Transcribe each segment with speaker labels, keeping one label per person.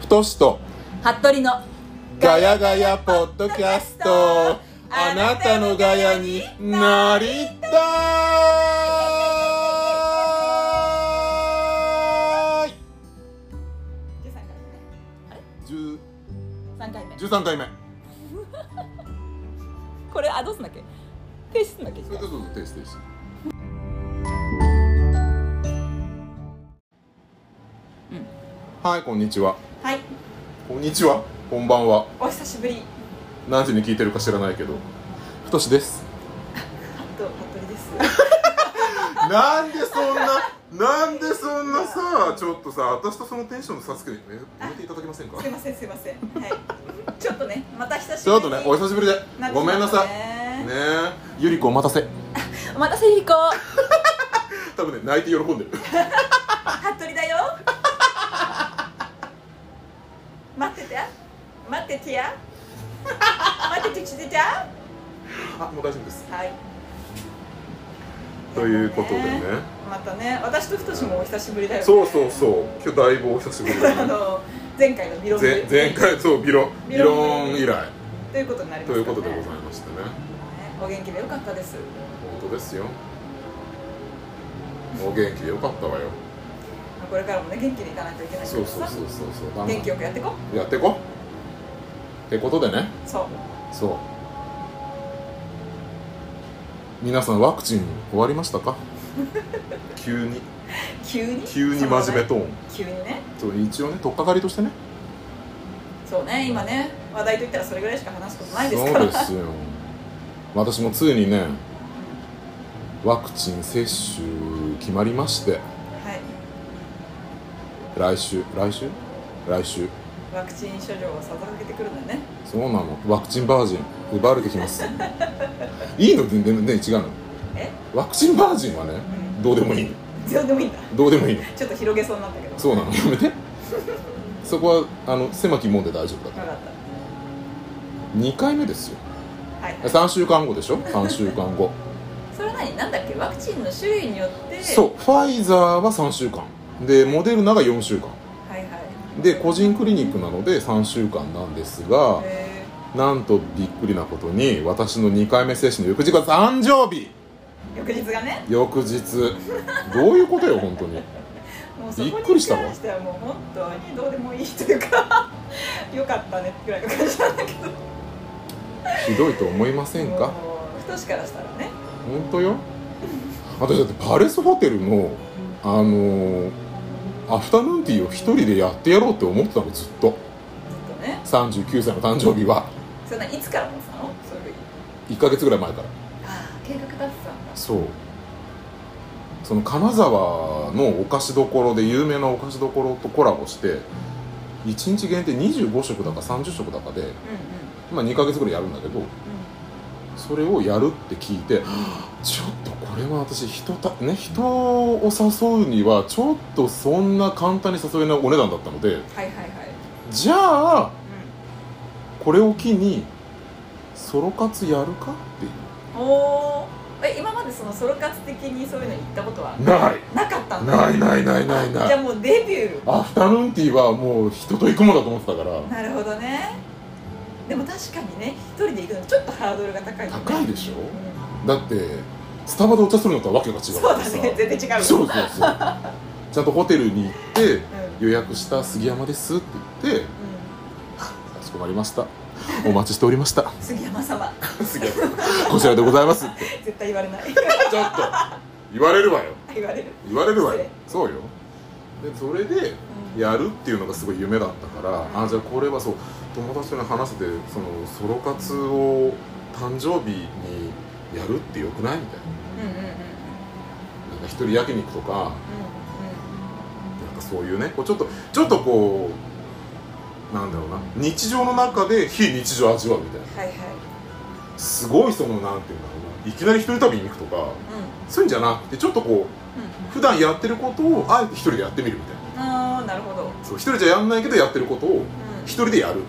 Speaker 1: 太しと
Speaker 2: 服部の
Speaker 1: ガヤガヤポッドキャストあなたのガヤになりたい
Speaker 2: 13回
Speaker 1: 10
Speaker 2: 目あれ3回目
Speaker 1: 13回目
Speaker 2: これあどうすんだっけ停止すんだっけ
Speaker 1: それでどうぞテステスはいこんにちは
Speaker 2: はい
Speaker 1: こんにちはこんばんは
Speaker 2: お久しぶり
Speaker 1: 何時に聞いてるか知らないけど太しです
Speaker 2: と服部です
Speaker 1: なんでそんな、なんでそんなさ、ちょっとさ、私とそのテンションの差つけて、ね、やめていただけませんか
Speaker 2: すい。ませんすいませんはいちょっとねまた久し
Speaker 1: ちょ
Speaker 2: ぶ
Speaker 1: っ
Speaker 2: り
Speaker 1: と
Speaker 2: に
Speaker 1: ね、お久しぶりで、ごめんなさい。ね
Speaker 2: い
Speaker 1: え、ゆり子お待たせ。
Speaker 2: お待たせゆ りこ
Speaker 1: 多分ね、泣いて喜んでる。
Speaker 2: 服部だよ待ってて待っててや待っててちててや
Speaker 1: あ、もう大丈夫です。
Speaker 2: はい
Speaker 1: ということでね。
Speaker 2: またね私と太もお久しぶりだよね
Speaker 1: そうそうそう、今日だいぶお久しぶり
Speaker 2: あ
Speaker 1: だね。
Speaker 2: の前回のビロンビロ
Speaker 1: 前
Speaker 2: ン
Speaker 1: 前回そうビロ
Speaker 2: ビ
Speaker 1: ビ
Speaker 2: ロ
Speaker 1: ロ
Speaker 2: ン
Speaker 1: ン以来
Speaker 2: ということになり
Speaker 1: と
Speaker 2: ます
Speaker 1: い
Speaker 2: ね
Speaker 1: うことでございましてね
Speaker 2: ねお元気でよかったです
Speaker 1: 本当ですよお元気でよかったわよ
Speaker 2: これからもね元気でいかないといけないか
Speaker 1: そ
Speaker 2: ら
Speaker 1: うそう
Speaker 2: さ
Speaker 1: そうそうそう頑張って
Speaker 2: 元気よくやっていこ
Speaker 1: やってこってことでね
Speaker 2: うそう
Speaker 1: そう皆さんワクチン終わりました か急に
Speaker 2: 急に
Speaker 1: 急に真面目トーン
Speaker 2: 急にね
Speaker 1: そう一応ね取っかかりとしてね
Speaker 2: そうね今ね話題といったらそれぐらいしか話すことないですか
Speaker 1: そ
Speaker 2: ら
Speaker 1: うですよ私もついにねワクチン接種決まりまして
Speaker 2: はい
Speaker 1: 来週来週来週
Speaker 2: ワクチン処女をさざかけてくるんだよね
Speaker 1: そうなのワクチンバージン奪われてきます いいの全然ね違うの
Speaker 2: え
Speaker 1: ワクチンバージンはねどうでもいいの
Speaker 2: どうでもいいんだ
Speaker 1: どうでもいいの
Speaker 2: ちょっと広げそうになったけど
Speaker 1: そうなのやめてそこはあの狭き門で大丈夫だか
Speaker 2: 分
Speaker 1: ら
Speaker 2: かっ
Speaker 1: 2回目ですよ
Speaker 2: たはい
Speaker 1: 3週間後でしょ3週間後
Speaker 2: それは何なんだっけワクチンの種類によって
Speaker 1: そうファイザーは3週間でモデルナが4週間
Speaker 2: はいはい
Speaker 1: で個人クリニックなので3週間なんですが
Speaker 2: へ
Speaker 1: なんとびっくりなことに私の2回目接種の翌日が誕生日
Speaker 2: ー翌日がね
Speaker 1: 翌日どういうことよ本当に
Speaker 2: もうそこに
Speaker 1: びっくりしたわ
Speaker 2: 関してはもう本当にどうでもいいというか よかったねぐらいの感じなんだけど
Speaker 1: ひどいと思いませんか
Speaker 2: もう太しからしたらね
Speaker 1: 本当よ私だってパレスホテルのあのーアフタヌーンティーを一人でやってやろうって思ってたのずっと
Speaker 2: ずっとね
Speaker 1: 39歳の誕生日は
Speaker 2: そんないつからもさのそういう
Speaker 1: 1ヶ月ぐらい前から
Speaker 2: ああ計画立てたんだ
Speaker 1: そうその金沢のお菓子どころで有名なお菓子どころとコラボして1日限定25食だか30食だかで、
Speaker 2: うんう
Speaker 1: まあ、2ヶ月ぐらいやるんだけどそれをやるって聞いて ちょっとこれは私人た、ね、人を誘うにはちょっとそんな簡単に誘えないお値段だったので
Speaker 2: んはいはいはい、
Speaker 1: じゃあこれを機にソロ活やるかっていう
Speaker 2: うん、おーえ今までそのソロ活的にそういうの行ったことは
Speaker 1: ない
Speaker 2: なかったんだ
Speaker 1: ないないないないな
Speaker 2: じゃあ
Speaker 1: い
Speaker 2: もうデビュー
Speaker 1: アフタヌーンティーはもう人と行くもんだと思ってたから
Speaker 2: なるほどねでも確かにね一人で行くのちょっとハードルが高いよね
Speaker 1: 高いでし
Speaker 2: う
Speaker 1: ょ
Speaker 2: ん
Speaker 1: だってスタバでお茶するのとはわけが違う
Speaker 2: そう
Speaker 1: から
Speaker 2: だ
Speaker 1: さ
Speaker 2: ね全然違うよ
Speaker 1: そうそうそうちゃんとホテルに行って
Speaker 2: う
Speaker 1: 予約した杉山ですって言って
Speaker 2: んうん
Speaker 1: かしこまりましたお待ちしておりました
Speaker 2: 杉山様
Speaker 1: 杉山こちらでございますって
Speaker 2: 絶対言われない
Speaker 1: ちょっと言われるわよ
Speaker 2: 言われる
Speaker 1: 言われるわよそうよでそれで
Speaker 2: うん
Speaker 1: やるっていうのがすごい夢だったからあじゃあこれはそう友達とね話せてそのソロ活を誕生日にやるってよくないみたい
Speaker 2: うんうんうんうん
Speaker 1: ななんか一人焼肉とかなんかそういうねこうちょっとちょっとこうなんだろうな日常の中で非日常を味わうみたいな
Speaker 2: はいはい
Speaker 1: すごいそのなんていうんだろうないきなり一人旅に行くとか
Speaker 2: うんうん
Speaker 1: そういうんじゃなくてちょっとこう普段やってることをあえて一人でやってみるみたい
Speaker 2: ああなるほど、
Speaker 1: なそう一人じゃやんないけどやってることを
Speaker 2: う
Speaker 1: 一人でやる
Speaker 2: ん、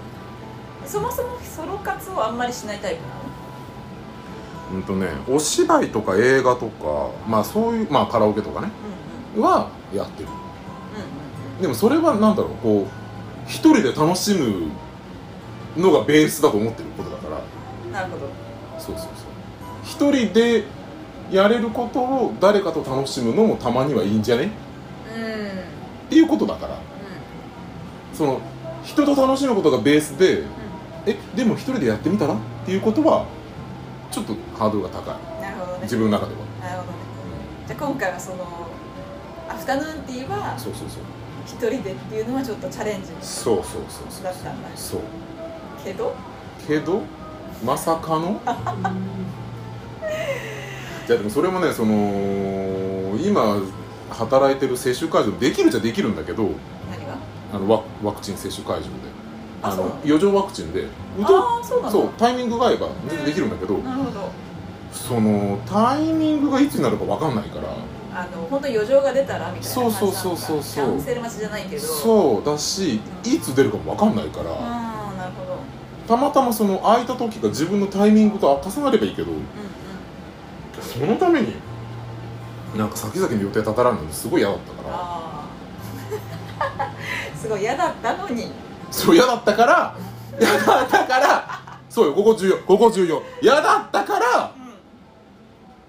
Speaker 2: そもそもソロ活をあんまりしないタイプ
Speaker 1: う
Speaker 2: なの
Speaker 1: んとねお芝居とか映画とかまあそういうまあカラオケとかね
Speaker 2: うん
Speaker 1: はやってる
Speaker 2: うんうんうん
Speaker 1: でもそれはなんだろうこう一人で楽しむのがベースだと思ってることだから
Speaker 2: なるほど
Speaker 1: そうそうそう一人でやれることを誰かと楽しむのもたまにはいいんじゃね
Speaker 2: うんうん
Speaker 1: っていうことだからその人と楽しむことがベースでえでも一人でやってみたらっていうことはちょっとハードルが高い
Speaker 2: なるほどね
Speaker 1: 自分の中では、
Speaker 2: なるほどねじゃあ今回はそのアフタヌーンティーは
Speaker 1: そうそうそう
Speaker 2: 一人でっていうのはちょっとチャレンジ
Speaker 1: そうそうそうそう
Speaker 2: だったんだ
Speaker 1: そう
Speaker 2: けど
Speaker 1: けどまさか のいやでもそれもねその今働いてる接種会場できるじゃできるんだけど
Speaker 2: 何が
Speaker 1: あのワワクチン接種会場で
Speaker 2: あそう
Speaker 1: の余剰ワクチンでう
Speaker 2: ああそうなんだ
Speaker 1: そうタイミングが合えば全然できるんだけど
Speaker 2: なるほど
Speaker 1: そのタイミングがいつになるか分かんないから
Speaker 2: あの本当に余剰が出たらみたいな感じなんだ
Speaker 1: そうそうそうそうそう
Speaker 2: キャンセル待ちじゃないけどう
Speaker 1: そうだしいつ出るかも分かんないから、
Speaker 2: ああなるほどうんうん
Speaker 1: たまたまその空いた時が自分のタイミングと重なればいいけどそのためになんか先々の予定立たらんのにすごい嫌だったから
Speaker 2: ああ すごい嫌だったのに
Speaker 1: そう嫌だったから嫌だったからそうよここ重要ここ重要嫌だったから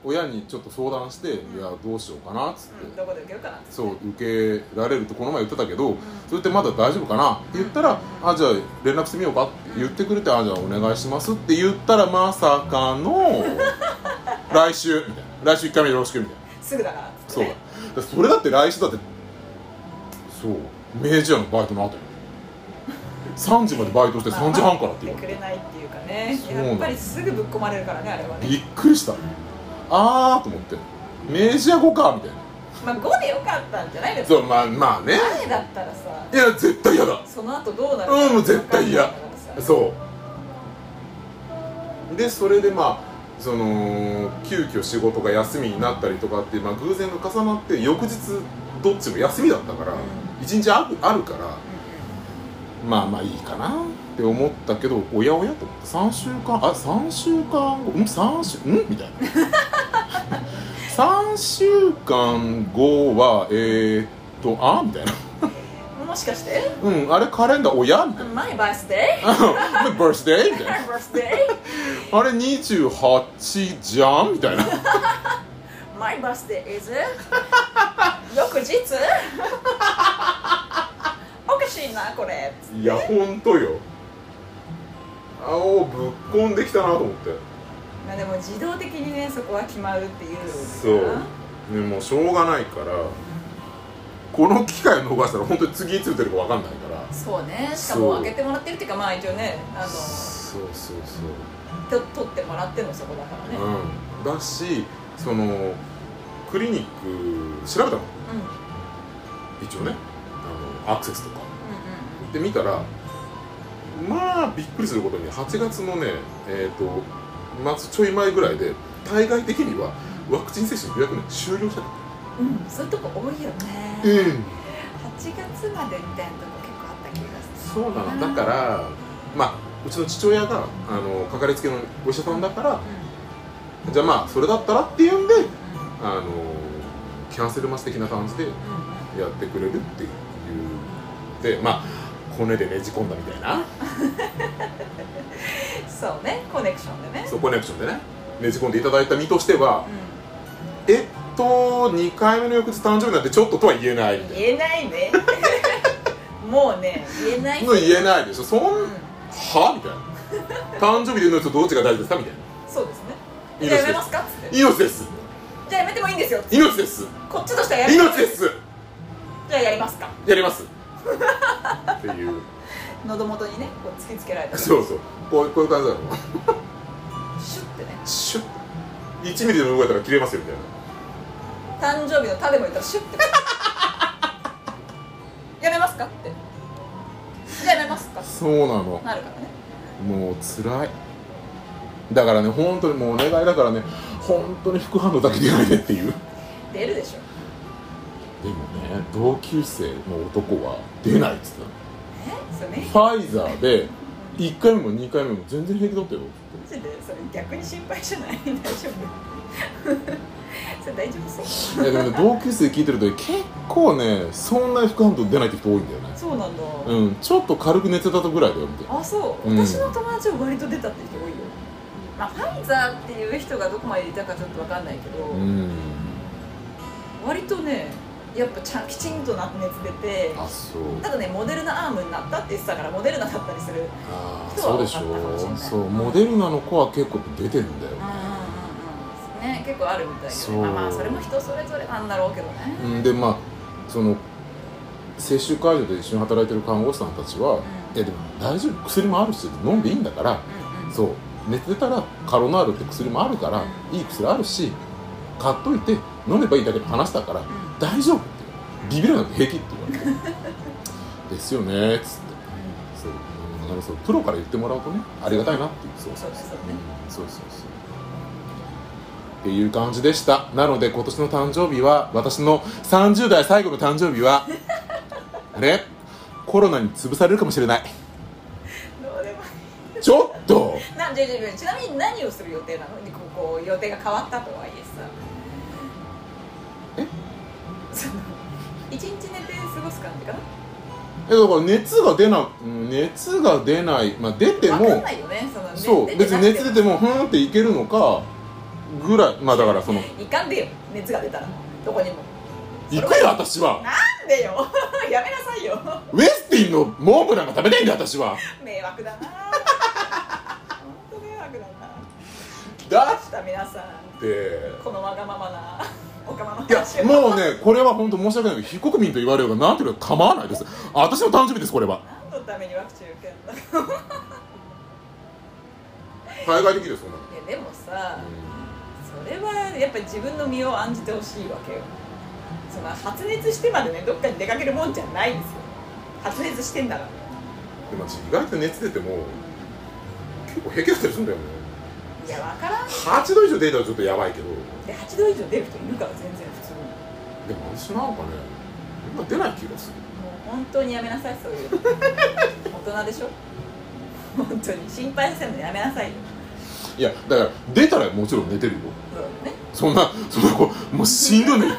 Speaker 2: う
Speaker 1: 親にちょっと相談して
Speaker 2: う
Speaker 1: い
Speaker 2: ん
Speaker 1: やどうしようかなっつっ
Speaker 2: ん、うん、
Speaker 1: て
Speaker 2: どこで受けるかなって
Speaker 1: そう受けられるとこの前言ってたけどそれってまだ大丈夫かなって言ったら「あじゃあ連絡してみようか」って言ってくれて「あじゃあお願いします」って言ったらまさかの「来週」みたいな「来週1回目よろしく」みたいな
Speaker 2: すぐだからっつって
Speaker 1: そう
Speaker 2: ね
Speaker 1: だだそれだって来週だってそう明治屋のバイトの後よ3時までバイトして3時半からって言わ
Speaker 2: く
Speaker 1: れ
Speaker 2: れ
Speaker 1: て
Speaker 2: ないっていうかね
Speaker 1: そうなの
Speaker 2: やっぱりすぐぶっ込まれるからねあれはね
Speaker 1: びっくりしたあーと思って明治屋後かみたいな
Speaker 2: まあ5でよかったんじゃないです
Speaker 1: そうまあまあね
Speaker 2: 前だったらさ
Speaker 1: いや絶対嫌だ
Speaker 2: その後どうなる
Speaker 1: うんもう絶対嫌
Speaker 2: わかんないからさ
Speaker 1: そうでそれでまあその急遽仕事が休みになったりとかって、まあ、偶然が重なって翌日どっちも休みだったから
Speaker 2: うん
Speaker 1: 一日あるあるからまあまあいいかなって思ったけどおやおやと思って3週間あ三3週間後ん3週んみたいな3週間後はえー、っとあみたいな
Speaker 2: うんもしかして
Speaker 1: うんあれカレンダーおやみたいな
Speaker 2: マイバースデ
Speaker 1: あのバースデーみたい
Speaker 2: ー
Speaker 1: な
Speaker 2: マイ バースデ
Speaker 1: あれ28じゃんみ たいな
Speaker 2: ーマイバースデー is 翌日 おかしいなこれ
Speaker 1: いやほんとよ青ぶっこんできたなと思って
Speaker 2: まあでも自動的にねそこは決まるっていう
Speaker 1: そうねもうしょうがないからこの機会逃したら本当に次いつ打てるか分かんないから
Speaker 2: そうねしか
Speaker 1: そう
Speaker 2: も開けてもらってるっていうかまあ一応ねあの
Speaker 1: そうそう
Speaker 2: と取ってもらってんのそこだからね
Speaker 1: そう、うん、だしそのクリニック調べたの
Speaker 2: うん
Speaker 1: 一応ねあのアクセスとか
Speaker 2: う
Speaker 1: で見たらまあびっくりすることに8月のねえっ、と末ちょい前ぐらいで対外的にはワクチン接種の予約ね終了した
Speaker 2: んうんうんそういうとこ多いよ
Speaker 1: う
Speaker 2: ね
Speaker 1: ん
Speaker 2: 8月までみたいなとこ結構あった気がす
Speaker 1: そうなのだからまあうちの父親があのかかりつけのお医者さんだから
Speaker 2: る
Speaker 1: じゃあまあそれだったらっていうんで
Speaker 2: うんうん
Speaker 1: あのキャンセル待ち的な感じでやってくれるっていうでまあコネでねじ込んだみたいな
Speaker 2: うんそうねコネクションでね
Speaker 1: そうコネクションでねねじ込んでいただいた身としては
Speaker 2: う
Speaker 1: えっと2回目の翌日誕生日なんてちょっととは言えないみ
Speaker 2: ん
Speaker 1: たい
Speaker 2: 言えない ねもうね言えない
Speaker 1: な言えないでしょそん
Speaker 2: うん
Speaker 1: はみたいな誕生日で言うのとどっちが大事ですかみたいな
Speaker 2: そうですね
Speaker 1: いい
Speaker 2: じゃ
Speaker 1: で
Speaker 2: あ
Speaker 1: す
Speaker 2: やめますかっつって
Speaker 1: 命です
Speaker 2: じゃあやめてもいいんですよ
Speaker 1: 命です
Speaker 2: こっちとしてはやめて
Speaker 1: 命です
Speaker 2: じゃあやりますか
Speaker 1: やりますっていう
Speaker 2: 喉元にねこう突きつけられたシ
Speaker 1: そうそうこうこういう感じだろ
Speaker 2: ュッてね
Speaker 1: シュッ1ミリでも動いたら切れますよみたいな
Speaker 2: 誕生日の「た」でも言ったらシュッて やめますかってじゃあやめますか
Speaker 1: そうなの
Speaker 2: なるからね
Speaker 1: もう辛いだからね本当にもうお願いだからね本当に副反応だけ出ないでっていう
Speaker 2: 出るでしょ
Speaker 1: でもね同級生の男は出ないっつってたの
Speaker 2: えそれね
Speaker 1: ファイザーで1回目も2回目も全然平気だったよ
Speaker 2: マジでそれ逆に心配じゃない大丈夫 それ大丈夫そう
Speaker 1: いやでもね同級生聞いてると結構ねそんな副反応出ないって人多いんだよね
Speaker 2: そうなんだ、
Speaker 1: うんちょっと軽く寝てたとぐらいだよみたいな
Speaker 2: あそう、
Speaker 1: うん
Speaker 2: 私の友達は割と出たって人多いよ、まあ、ファイザーっていう人がどこまでいたかちょっとわかんないけど、
Speaker 1: うん
Speaker 2: 割とねやっぱちゃんきちんとな熱出て
Speaker 1: あそう
Speaker 2: ただねモデルナアームになったって言ってたからモデルナだったりする
Speaker 1: あー
Speaker 2: 人
Speaker 1: そう
Speaker 2: は
Speaker 1: で
Speaker 2: 多
Speaker 1: し
Speaker 2: かったかもしれ
Speaker 1: ょう
Speaker 2: ない
Speaker 1: そうモデルナの子は結構出てるんだよ
Speaker 2: ね結構あるみたいけ
Speaker 1: そう
Speaker 2: ど、まあ、まあそれも人それぞれなんだろうけどね、
Speaker 1: うんでまあその接種会場で一緒に働いてる看護師さんたちは「
Speaker 2: うん
Speaker 1: えでも大丈夫薬もあるし飲んでいいんだから
Speaker 2: うんうん
Speaker 1: そう寝てたらカロナールって薬もあるからいい薬あるし買っといて飲めばいいだけの話だから
Speaker 2: うんうん
Speaker 1: 大丈夫ってビビらなくて平気って言われ てですよねっつってそうだからそうプロから言ってもらうとねありがたいなっていうそう
Speaker 2: そうですよね
Speaker 1: うんそうそうそうっていう感じでしたなので今年の誕生日は私の30代最後の誕生日 はあれコロナに潰されるかもしれない
Speaker 2: どうでも
Speaker 1: ちょっと
Speaker 2: なじゃあじゃあじゃあちなみに何をする予定なのここう予定が変わったとはいえさ
Speaker 1: え
Speaker 2: その一日寝て過ごす感じかな
Speaker 1: えだから熱が出なうん熱が出ないまあ出て
Speaker 2: わかん
Speaker 1: も
Speaker 2: ないよねそのね
Speaker 1: そう別に熱出てもふーんっていけるのかぐらいまあだからその
Speaker 2: いかんでよ熱が出たらどこにも
Speaker 1: 行くよ私は
Speaker 2: なんでよ やめなさいよ
Speaker 1: ウェスティンのモンブランが食べたいんだよ私は
Speaker 2: 迷惑だな本当迷惑だな
Speaker 1: だ
Speaker 2: した皆さん
Speaker 1: って
Speaker 2: このわがままなおかまの
Speaker 1: いや
Speaker 2: 話を
Speaker 1: もうねこれは本当申し訳ないけど非国民と言われようがなんていうか構わないです私の誕生日ですこれは
Speaker 2: 何のためにワクチン受けるんだい
Speaker 1: 海外的ですそんな
Speaker 2: やでもさそれはやっぱり自分の身を案じてほしいわけよその発熱してまでねどっかに出かけるもんじゃないんですよ発熱してんだから
Speaker 1: でも意外と熱出ても結構平気だったりするんだよね
Speaker 2: いやわからん
Speaker 1: 8度以上出たらちょっとやばいけど
Speaker 2: で8度以上出る人いるから全然普通にも
Speaker 1: でも私なんかねあんま出ない気がする
Speaker 2: う本当にやめなさいそういうの大人でしょ本当に心配せんのやめなさいよ
Speaker 1: いやだから出たらもちろん寝てるよ
Speaker 2: そうだね
Speaker 1: そんなそんなこうもうしんどいのにうん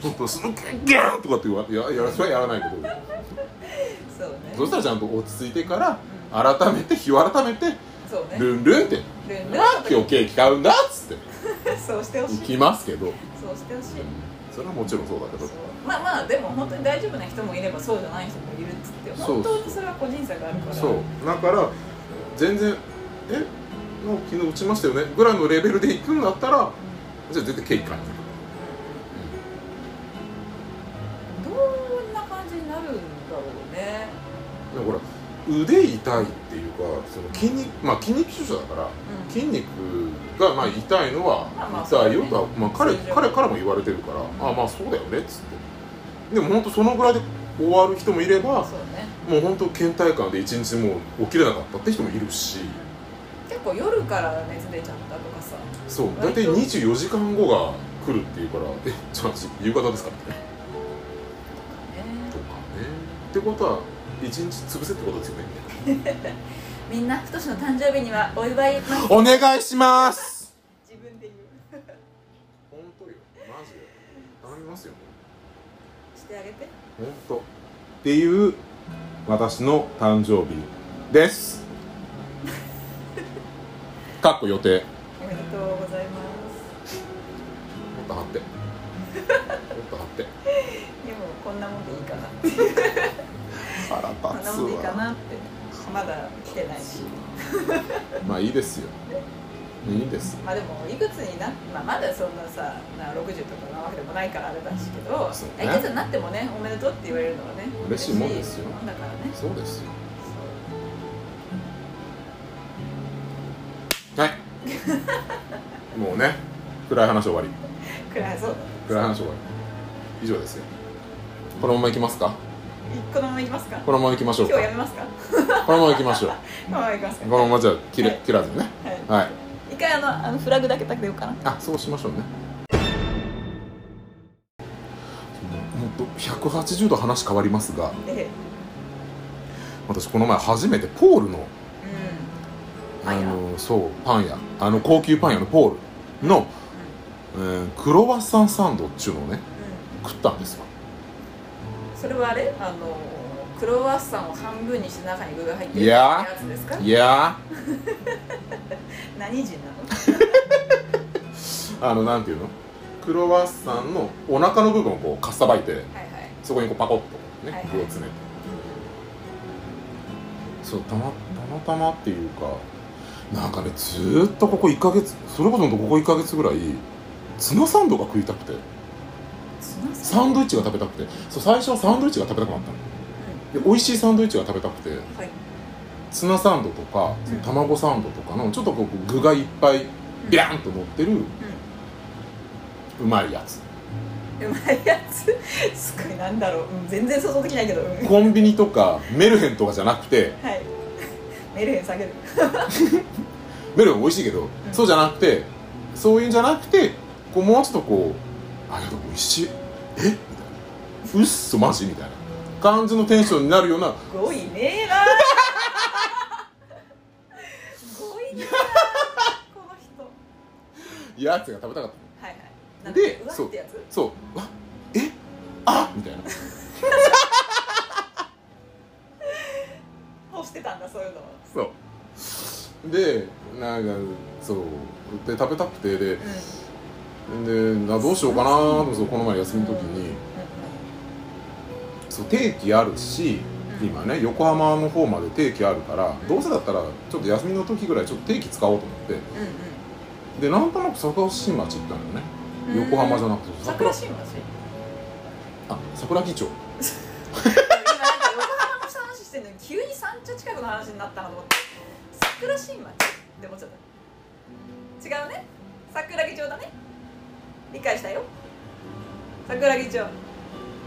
Speaker 1: ちょっとそのギャーとかって言わややらそれはやらないけど
Speaker 2: そうね
Speaker 1: そしたらちゃんと落ち着いてから改めて日を改めて
Speaker 2: そうね
Speaker 1: ルンルンって
Speaker 2: ルンルン
Speaker 1: なあ今日ケーキ買うんだっつって
Speaker 2: そうしてほしい
Speaker 1: 行きますけど
Speaker 2: そうしてほしい
Speaker 1: それはもちろんそうだけど
Speaker 2: そうまあまあでも本当に大丈夫な人もいればそうじゃない人もいるっつって
Speaker 1: そう
Speaker 2: 本当にそれは個人差があるから
Speaker 1: そうだから全然えもう昨日打ちましたよねぐらいのレベルで行くんだったらじゃあ絶対ケーキ買いに行
Speaker 2: どんな感じになるんだろうね
Speaker 1: くでもほら腕痛いっていうかその筋肉まあ筋肉注射だから
Speaker 2: うん
Speaker 1: 筋肉がまあ痛いの
Speaker 2: まあま
Speaker 1: は
Speaker 2: あ
Speaker 1: 痛いよとは、まあ彼
Speaker 2: 通常
Speaker 1: 彼からも言われてるからああまあそうだよねっつってでも本当そのぐらいで終わる人もいれば
Speaker 2: そうね
Speaker 1: もう本当倦怠感で一日もう起きれなかったって人もいるし
Speaker 2: 結構夜から熱出ちゃったとかさ
Speaker 1: そう大
Speaker 2: 割と
Speaker 1: 体24時間後が来るっていうからえじゃあ私夕方ですかみたいなと
Speaker 2: ね
Speaker 1: かねってことは一日潰せってことですよね
Speaker 2: みんな今年の誕生日にはお祝いま
Speaker 1: お願いします
Speaker 2: 自分で言う
Speaker 1: 本当よマジで頼みますよ
Speaker 2: してあげて
Speaker 1: 本当っていう私の誕生日 ですかっこ予定
Speaker 2: おめでとうございます
Speaker 1: もっと貼ってもっと貼って
Speaker 2: でもこんなもんでいいかな
Speaker 1: 腹
Speaker 2: こんなもんでいいかなってまだ来てないし
Speaker 1: まあいいですよいいです
Speaker 2: まあでもいくつになっ、まあ、まだそんなさな60とかなわけでもないからあれだしけど、
Speaker 1: そうね
Speaker 2: いくつになってもねおめでとうって言われるのはね
Speaker 1: 嬉しいもんですよ
Speaker 2: 嬉しいもんだからね
Speaker 1: そうですよ
Speaker 2: そう
Speaker 1: はいもうね暗い話終わり
Speaker 2: くらいそう
Speaker 1: 暗い話終わり以上ですよこのまま行きますか
Speaker 2: このままいきますか
Speaker 1: このまま行きましょう
Speaker 2: 今
Speaker 1: か
Speaker 2: 日やめますか
Speaker 1: このまま行きましょう
Speaker 2: このままいきますか
Speaker 1: このままじゃあ切
Speaker 2: は
Speaker 1: れ
Speaker 2: い
Speaker 1: 切らずにね
Speaker 2: はい
Speaker 1: はい
Speaker 2: 一回あのあのフラグだけ立てようかな
Speaker 1: あそうしましょうねほんと180度話変わりますが
Speaker 2: で
Speaker 1: 私この前初めてポールの
Speaker 2: うん
Speaker 1: あ
Speaker 2: パン屋
Speaker 1: のそうパン屋あの高級パン屋のポールのえークロワッサンサンドっちゅうのをね食ったんですよ
Speaker 2: それはあれあのクロワッサンを半分にして中に具が入ってる
Speaker 1: いや
Speaker 2: やつですか
Speaker 1: いや
Speaker 2: 何人なの
Speaker 1: ーあのなんていうのクロワッサンのお腹の部分をこうかっさばいて
Speaker 2: はいはい
Speaker 1: そこにこうパコッと
Speaker 2: はい
Speaker 1: ね
Speaker 2: はい
Speaker 1: 具を詰めてそうたまたまたまっていうかなんかねずーっとここ1ヶ月それこそほんとここ1ヶ月ぐらいツナサンドが食いたくて
Speaker 2: ツナ
Speaker 1: サン
Speaker 2: ド
Speaker 1: ドイッチが食べたくてそう最初はサンドイッチが食べたくなったので美味しいサンドイッチが食べたくて
Speaker 2: はい
Speaker 1: ツナサンドとか
Speaker 2: うん
Speaker 1: 卵サンドとかのちょっとこう具がいっぱいビャンと乗ってるうまいやつ
Speaker 2: うんうまいやつすごいなんだろう、うん、全然想像できないけど、うんは
Speaker 1: コンビニとかメルヘンとかじゃなくて
Speaker 2: いメルヘン下げる
Speaker 1: メルヘン美味しいけど、
Speaker 2: ん
Speaker 1: そうじゃなくてそういうんじゃなくてこうもうちょっとこうあけど美味しいえみたいなうっそマジみたいな感じのテンションになるような
Speaker 2: 語彙ね えな語彙ねえなこの人
Speaker 1: やつが食べたかった
Speaker 2: はいはいなん
Speaker 1: で
Speaker 2: うわ
Speaker 1: そう
Speaker 2: ってやつ
Speaker 1: そうわえあみたいな
Speaker 2: 欲してたんだそういうのは
Speaker 1: そうでなんかそうで食べたくてで
Speaker 2: うん
Speaker 1: でなどうしようかなと思ってそうこの前休みの時にそう定期あるし
Speaker 2: うん
Speaker 1: 今ね横浜の方まで定期あるからどうせだったらちょっと休みの時ぐらいちょっと定期使おうと思って
Speaker 2: う
Speaker 1: でなんとなく桜新町行ったのよね、
Speaker 2: んうんうん
Speaker 1: 横浜じゃなくてそう
Speaker 2: 桜新町
Speaker 1: あ桜木町
Speaker 2: 今なんか横浜の人の話してんのに急に三茶近くの話になったなと思って桜新町って思っちゃった違うね桜木町だね理解したよ桜木町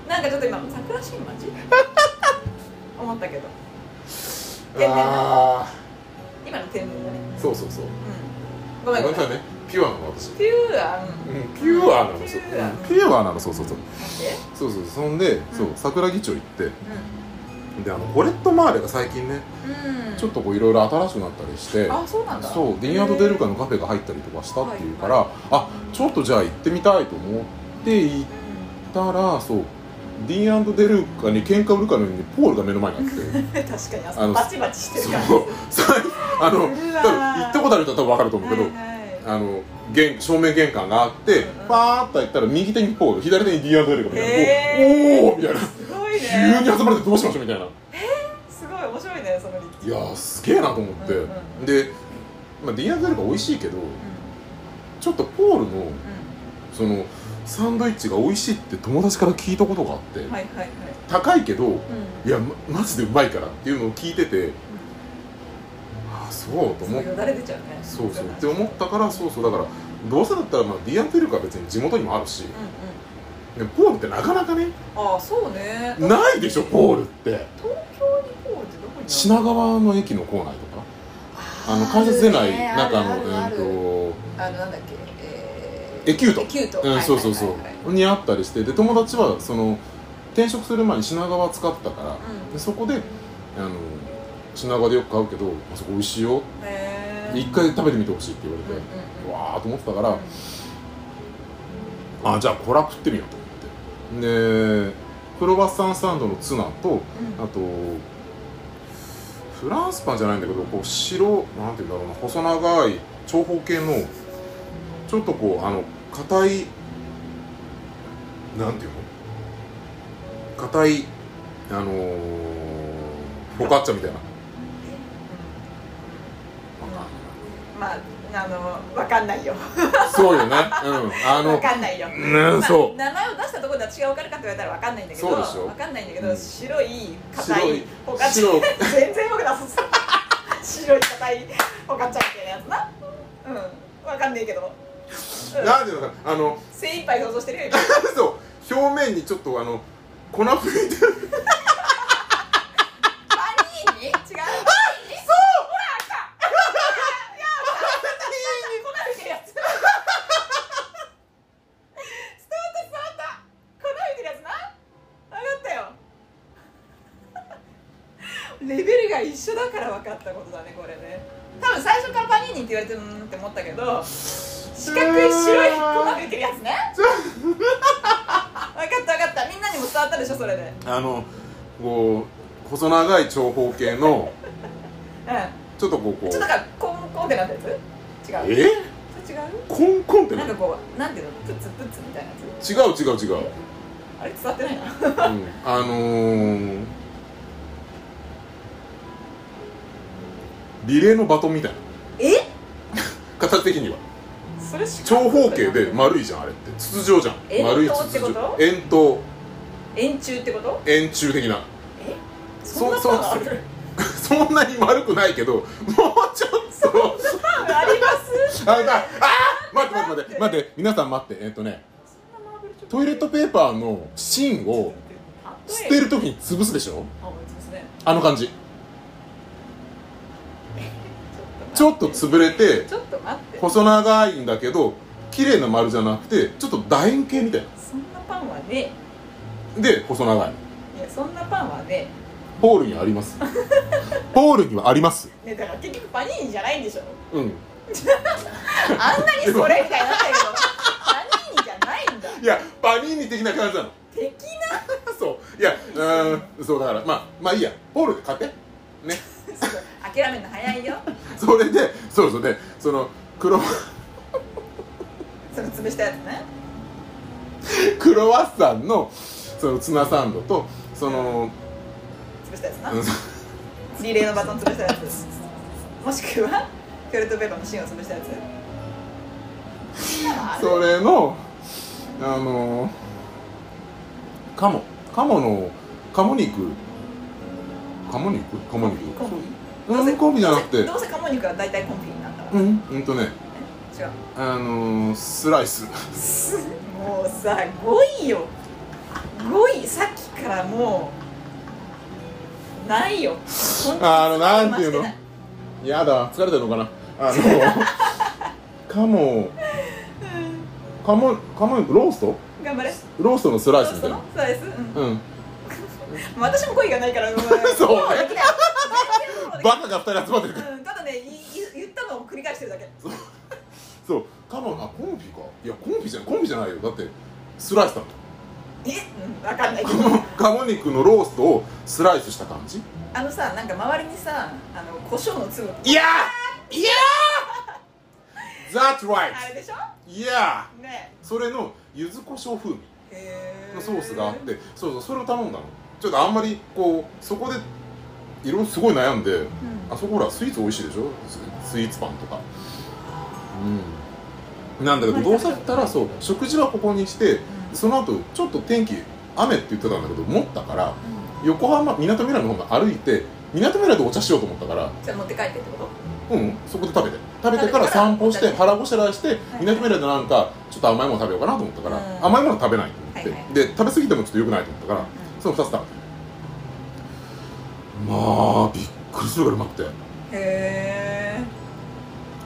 Speaker 2: なんかちょっと今桜 新町思ったけど天然だ
Speaker 1: あ
Speaker 2: 今の天然だね
Speaker 1: あそうそうそう
Speaker 2: うんごめん
Speaker 1: ご
Speaker 2: ご
Speaker 1: めんな
Speaker 2: めん
Speaker 1: さいねピュアなの私、
Speaker 2: ピュアうん
Speaker 1: うん、ピュアなのそう、
Speaker 2: ピュア
Speaker 1: うんピュアなのそうそうそう
Speaker 2: 待って
Speaker 1: そうそうそんで、そう桜木町行って
Speaker 2: う
Speaker 1: であのコレットマーレが最近ね
Speaker 2: んうん
Speaker 1: ちょっとこういろいろ新しくなったりして
Speaker 2: あそうなんだ
Speaker 1: そうデニアード・デルカのカフェが入ったりとかしたっていうから、あちょっとじゃあ行ってみたいと思って行っ
Speaker 2: う
Speaker 1: たらそうディーンデルカに喧嘩売るかのようにポールが目の前にあって
Speaker 2: ん 確かにあ
Speaker 1: あ
Speaker 2: そこ
Speaker 1: の
Speaker 2: バチバチしてるから
Speaker 1: そうさあの多
Speaker 2: う
Speaker 1: 分
Speaker 2: わー
Speaker 1: 行ったことある人は多分分かると思うけど、
Speaker 2: はいは
Speaker 1: あの玄正面玄関があって、
Speaker 2: うんうん
Speaker 1: パーッと行ったら右手にポール左手にディーンデルカみたい
Speaker 2: へー
Speaker 1: なおおーみたいない
Speaker 2: すごい
Speaker 1: 急
Speaker 2: ね
Speaker 1: に集まれてどうしましょうみたいな
Speaker 2: すごい面白いねその立
Speaker 1: いやーすげえなと思って、
Speaker 2: うんうん
Speaker 1: で、まあ、ディーンデルカ美味しいけどちょっとポールのそのサンドイッチが美味しいって友達から聞いたことがあって、
Speaker 2: うんはいはいはい
Speaker 1: 高いけど
Speaker 2: うん
Speaker 1: いや、ま、マジでうまいからっていうのを聞いててああそうと
Speaker 2: そ
Speaker 1: 思っ
Speaker 2: うよ
Speaker 1: て
Speaker 2: だれ出ちゃうね
Speaker 1: そうそうって思ったからそうそうだからどうせだったら、まあ、ディアンテルカは別に地元にもあるし
Speaker 2: うん
Speaker 1: で
Speaker 2: う
Speaker 1: ポールってなかなかね
Speaker 2: んああそうね東
Speaker 1: ないでしょポールって
Speaker 2: 京にポールってどこにある
Speaker 1: 品川の駅の構内とかあの改札出ないなんかあの
Speaker 2: あるねあるある
Speaker 1: えっ
Speaker 2: あのなんだっけえ
Speaker 1: エキュート
Speaker 2: エキュート
Speaker 1: と、うん、そうそう
Speaker 2: はいはいはい
Speaker 1: そうにあったりしてで友達はその転職する前に品川使ってたから
Speaker 2: はいうん
Speaker 1: でそこであの品川でよく買うけどあそこ美味しいよ
Speaker 2: へー
Speaker 1: 一回食べてみてほしいって言われて、
Speaker 2: うんうんうん
Speaker 1: わーと思ってたから、あじゃあこれは食ってみようと思ってでクロワッサンサンドのツナと
Speaker 2: うん
Speaker 1: あとフランスパンじゃないんだけどこう白なんていうんだろうな細長い長方形のちょっとこうあの硬いなんていうの硬いあのー、フォカッチャみたいな
Speaker 2: まああのわかんないよ
Speaker 1: そうよねうんあ
Speaker 2: わ
Speaker 1: の
Speaker 2: かんないよ
Speaker 1: うんそう
Speaker 2: 名前を出したところで私が分かるかって言われたら分かんないんだけど
Speaker 1: そうでしょ
Speaker 2: 分かんないんだけど、
Speaker 1: うん
Speaker 2: 白い硬
Speaker 1: 白
Speaker 2: い
Speaker 1: い
Speaker 2: ホカチ
Speaker 1: 白い
Speaker 2: ャ全然僕出す 白い硬いホカチャみたいなやつなうん分かんないけど、うん
Speaker 1: なんていうのかなあの
Speaker 2: 精一杯想像してるよ今
Speaker 1: そう表面にちょっとあの粉吹いてる
Speaker 2: パニーニ違うパニーニそうほら来たやばい粉吹いてるやつストーンと座った粉吹いてるやつな分かったよレベルが一緒だから分かったことだねこれね多分最初からパニーニって言われてうーんって思ったけど四角い白い粉が出てるやつね分かった分かったみんなにも伝わったでしょそれでうん
Speaker 1: あのこう細長い長方形のちょっとこうこ
Speaker 2: ち
Speaker 1: う
Speaker 2: ょっとなんかコンコンってなったやつ違う
Speaker 1: え
Speaker 2: それ違う
Speaker 1: コンコンって
Speaker 2: なん
Speaker 1: な
Speaker 2: か
Speaker 1: 違
Speaker 2: こうなんていうのプツプツみたいなやつ
Speaker 1: う違う違う、うん、
Speaker 2: あれ伝わってないな
Speaker 1: あのー、リレーのバトンみたいな
Speaker 2: え
Speaker 1: 形的には
Speaker 2: それ四角
Speaker 1: 長方形で丸いじゃんあれって筒状じゃん
Speaker 2: 円筒
Speaker 1: 丸い
Speaker 2: ってこと
Speaker 1: 円筒
Speaker 2: 円柱ってこと
Speaker 1: 円柱的な
Speaker 2: えそんなパターンある
Speaker 1: そんなに丸くないけどもうちょっと
Speaker 2: あります
Speaker 1: あだあー待って待って待って待って皆さん待ってえっ、とね
Speaker 2: そんなマーブルちょっと
Speaker 1: トイレットペーパーの芯を
Speaker 2: あ
Speaker 1: 捨てるときに潰すでしょ
Speaker 2: あ思いつすね
Speaker 1: あの感じち
Speaker 2: ちょ
Speaker 1: ょ
Speaker 2: っ
Speaker 1: っ
Speaker 2: と
Speaker 1: と
Speaker 2: 待
Speaker 1: 潰れて
Speaker 2: ってちょっと待って
Speaker 1: 細長いんだけど綺麗な丸じゃなくてちょっと楕円形みたい
Speaker 2: そんなパンはね
Speaker 1: なで細長い
Speaker 2: いやそんなパンはね
Speaker 1: ホールにはあります ホールにはあります
Speaker 2: ねだから結局パニーニじゃないん でしょ
Speaker 1: うん
Speaker 2: あんなにそれみたいになったけどパニーニじゃないんだ
Speaker 1: いやパニーニ的な感じなの
Speaker 2: 敵
Speaker 1: そういやうんそうだからまあまあいいやホールで買ってね
Speaker 2: なすごい諦めるの早いよ
Speaker 1: それでそうそうでそのクロ
Speaker 2: その潰したやつね
Speaker 1: クロワッサンのそのツナサンドとその
Speaker 2: 潰したやつな
Speaker 1: うん
Speaker 2: リレーのバトン潰したやつもしくはトイレットペーパーの芯を潰したやつそんなのある
Speaker 1: それのあのカモカモのカモ肉カモ肉カモ肉
Speaker 2: コンビ
Speaker 1: うんコンビじゃなくて
Speaker 2: どうせ鴨肉は大体コンビになったわ、
Speaker 1: う
Speaker 2: 違
Speaker 1: んうんとね
Speaker 2: う
Speaker 1: あのスライス
Speaker 2: もうさ5位よ5位さっきからもうないよ本当に
Speaker 1: あのなんていうの
Speaker 2: まし て
Speaker 1: やだ疲れてるのかなあ のカモ
Speaker 2: ないうん
Speaker 1: カモカモ肉ロースト
Speaker 2: 頑張れ
Speaker 1: ローストのスライスみ
Speaker 2: そ
Speaker 1: たいうな
Speaker 2: そうです、うんも
Speaker 1: うん
Speaker 2: う私も5位がな いからもう
Speaker 1: そうね
Speaker 2: できない全然もうできない
Speaker 1: バカが2人集まってるから
Speaker 2: うん、ただねいい言ったのを繰り返してるだけ
Speaker 1: そうカモあコンフィかいやコンフィじゃないコンフィじゃないよだってスライスだもん
Speaker 2: え、うん、分かんないけど
Speaker 1: 鴨肉のローストをスライスした感じ
Speaker 2: あのさなんか周りにさあの胡椒の粒
Speaker 1: いやーいやー That's
Speaker 2: あれ
Speaker 1: right!
Speaker 2: でしょ
Speaker 1: いや
Speaker 2: ね
Speaker 1: ーそれの柚子胡椒風味
Speaker 2: へー
Speaker 1: のソースがあってそうそうそれを頼んだのちょっとあんまりこうそこでいろいろすごい悩んで
Speaker 2: うん
Speaker 1: あそこほらスイーツ美味しいでしょススイーツパンとかうんなんだけどどうせだったらそう食事はここにしてその後ちょっと天気雨って言ってたんだけど持ったから
Speaker 2: うん
Speaker 1: 横浜みなとみらいの方が歩いてみなとみらいでお茶しようと思ったから
Speaker 2: じゃあ持って帰ってってこと
Speaker 1: うんそこで食べて食べてから散歩し
Speaker 2: 食べ
Speaker 1: て
Speaker 2: て
Speaker 1: 腹ごしらえして
Speaker 2: い
Speaker 1: みなとみらいでなんかちょっと甘いもの食べようかなと思ったから、
Speaker 2: うん
Speaker 1: 甘いもの食べないと思って、
Speaker 2: はいはい
Speaker 1: で食べ過ぎてもちょっと良くないと思ったからその2つ食べてまあびっくりするぐらいうまくて
Speaker 2: へ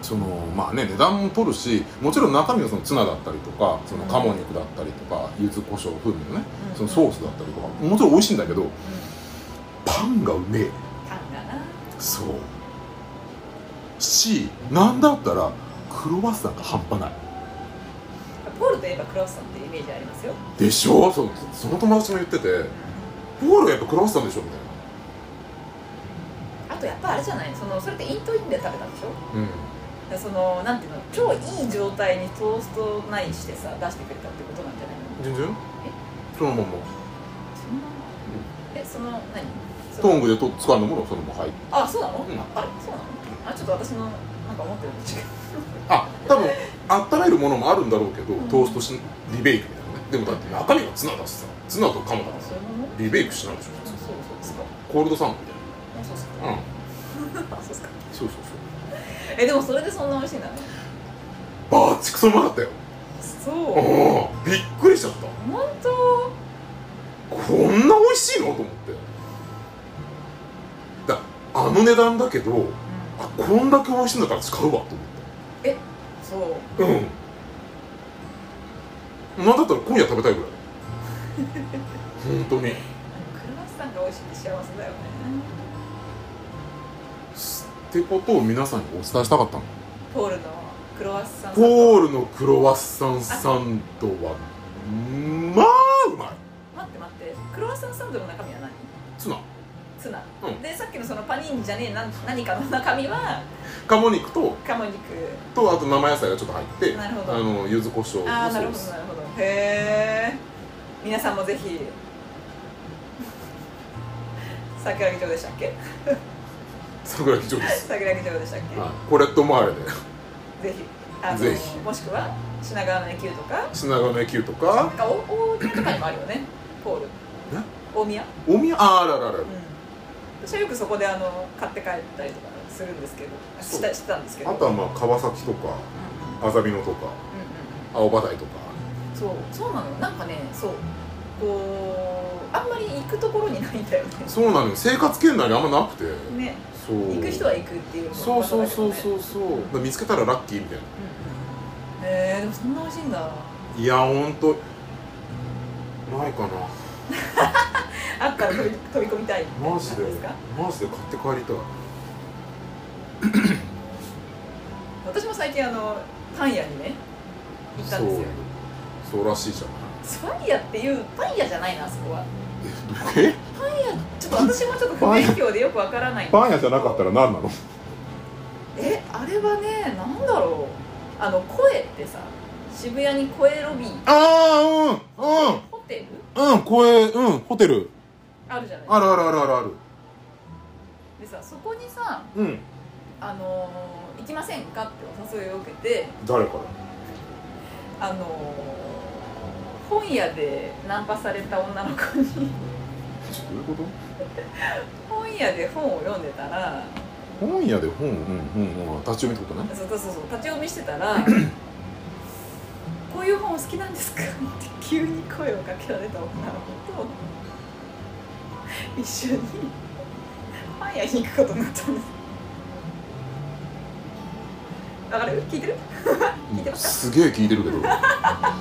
Speaker 1: そのまあね値段も取るしもちろん中身はそのツナだったりとかその鴨肉だったりとか柚子胡椒風味のね
Speaker 2: うん
Speaker 1: そのソースだったりとかもちろん美味しいんだけど
Speaker 2: え
Speaker 1: パンがうめえ
Speaker 2: パンだな
Speaker 1: そうしなんだったらクロワッサンが半端ない
Speaker 2: ポールといえばクロワッサンっていうイメージありますよ
Speaker 1: でしょそのその友達も言っててポールはやっぱクロワッサンでしょみたい
Speaker 2: あとやっぱあれじゃないそのそれってイートインで食べたんでしょ
Speaker 1: な
Speaker 2: だからそのなんていうの超いい状態にトーストないしてさ出してくれたってことなんじゃないの
Speaker 1: うん全然そのまんま
Speaker 2: そんなえその何そ
Speaker 1: ト
Speaker 2: の
Speaker 1: ングでと掴んだものがそのまま入って
Speaker 2: あそうなの、
Speaker 1: うん
Speaker 2: ああれそうなのあちょっと私のなんか思ってるのと違う
Speaker 1: あ多分温めるものもあるんだろうけど、
Speaker 2: ん
Speaker 1: トーストしリベイクみたいなねでもだって中身がツナだしさツナとカモだ
Speaker 2: あ
Speaker 1: からさ
Speaker 2: そういうものあ
Speaker 1: リベイクしないでしょ
Speaker 2: そうそうですか
Speaker 1: コールドサンドみたい
Speaker 2: あそうっすか
Speaker 1: なうん
Speaker 2: あそうっすか
Speaker 1: そうそうそう
Speaker 2: えでもそれでそんな美味しいんだね
Speaker 1: バーチクソうまかったよ
Speaker 2: そう
Speaker 1: うんびっくりしちゃった
Speaker 2: 本当
Speaker 1: こんな美味しいのと思ってだあの値段だけどあこんだけ美味しいんだから使うわと思っ
Speaker 2: そう
Speaker 1: たうんなんだったら今夜食べたいぐら い本当に
Speaker 2: クロワッサンが美味しいって幸せだよね
Speaker 1: ってことを皆さんにお伝えしたかったの
Speaker 2: ポールのクロワッサンサンド
Speaker 1: ポールのクロワッサンサンドはまあうまい
Speaker 2: 待って待ってクロワッサンサンドの中身は何
Speaker 1: ツナ
Speaker 2: ツ
Speaker 1: う
Speaker 2: ナ、
Speaker 1: ん
Speaker 2: でさっきのそのパニーニじゃねえなん何かの中身は
Speaker 1: 鴨肉と
Speaker 2: 鴨肉
Speaker 1: とあと生野菜がちょっと入って
Speaker 2: なるほど
Speaker 1: あの柚子胡椒
Speaker 2: ああ
Speaker 1: のソ
Speaker 2: なる
Speaker 1: ー
Speaker 2: ほど
Speaker 1: ス
Speaker 2: なるほどへえ皆さんもぜひ 桜木町でしたっけ
Speaker 1: 桜木町です、
Speaker 2: 桜木町でしたっけ、
Speaker 1: はい、これともあれで
Speaker 2: ぜひあの
Speaker 1: ぜひ
Speaker 2: もしくは品川の駅とか
Speaker 1: 品川の駅とか
Speaker 2: なんかお大宮とかにもあるよねポール
Speaker 1: な
Speaker 2: 大宮
Speaker 1: おみああらららら
Speaker 2: うん私はよくそこであの買って帰ったりとかするんですけどあ
Speaker 1: そう
Speaker 2: したしてたんですけど
Speaker 1: あとはまあ川崎とか麻美野とか
Speaker 2: うんうん
Speaker 1: 青
Speaker 2: うん
Speaker 1: 葉台とか
Speaker 2: そうそうなのなんかねそうこうあんまり行くところにないんだよね
Speaker 1: そうなのよ生活圏内にあんまなくて
Speaker 2: ね
Speaker 1: そう
Speaker 2: 行く人は行くっていう、
Speaker 1: そうそうそうそううそうだから見つけたらラッキーみたいな
Speaker 2: うん、へえでもそんな美味しい んだ
Speaker 1: いやほんとないかな
Speaker 2: あったら飛び飛び込みたいみたいな
Speaker 1: マジで
Speaker 2: ですか
Speaker 1: マジで買って帰りたい
Speaker 2: 私も最近あのパン屋にね行った
Speaker 1: そ
Speaker 2: ん
Speaker 1: う
Speaker 2: ですよ
Speaker 1: そうらしいじゃん
Speaker 2: パン屋っていうパン屋じゃないなあそこは
Speaker 1: え
Speaker 2: ちょっと私もちょっと不勉強でよくわからないんですけど
Speaker 1: パン屋じゃなかったら何なの
Speaker 2: えあれはねなんだろうあの声ってさ渋谷に声ロビー
Speaker 1: ああ
Speaker 2: ホテル
Speaker 1: うんうんうん公園うんホテル
Speaker 2: あるじゃない
Speaker 1: あるあるあるあるある
Speaker 2: でさそこにさ、
Speaker 1: うん
Speaker 2: あのー行きませんかってお誘いを受けて、
Speaker 1: 誰から
Speaker 2: あのー本屋でナンパされた女の子に
Speaker 1: ちょどういうこと
Speaker 2: 本屋で本を読んでたら
Speaker 1: 本屋で本うんうんうん立ち読みってことね
Speaker 2: そうそうそうそう立ち読みしてたら こういう本好きなんですかって急に声をかけられた女の子と一緒にパン屋に行くことになったんですわかる聞いてる聞いてます
Speaker 1: すげえ聞いてるけど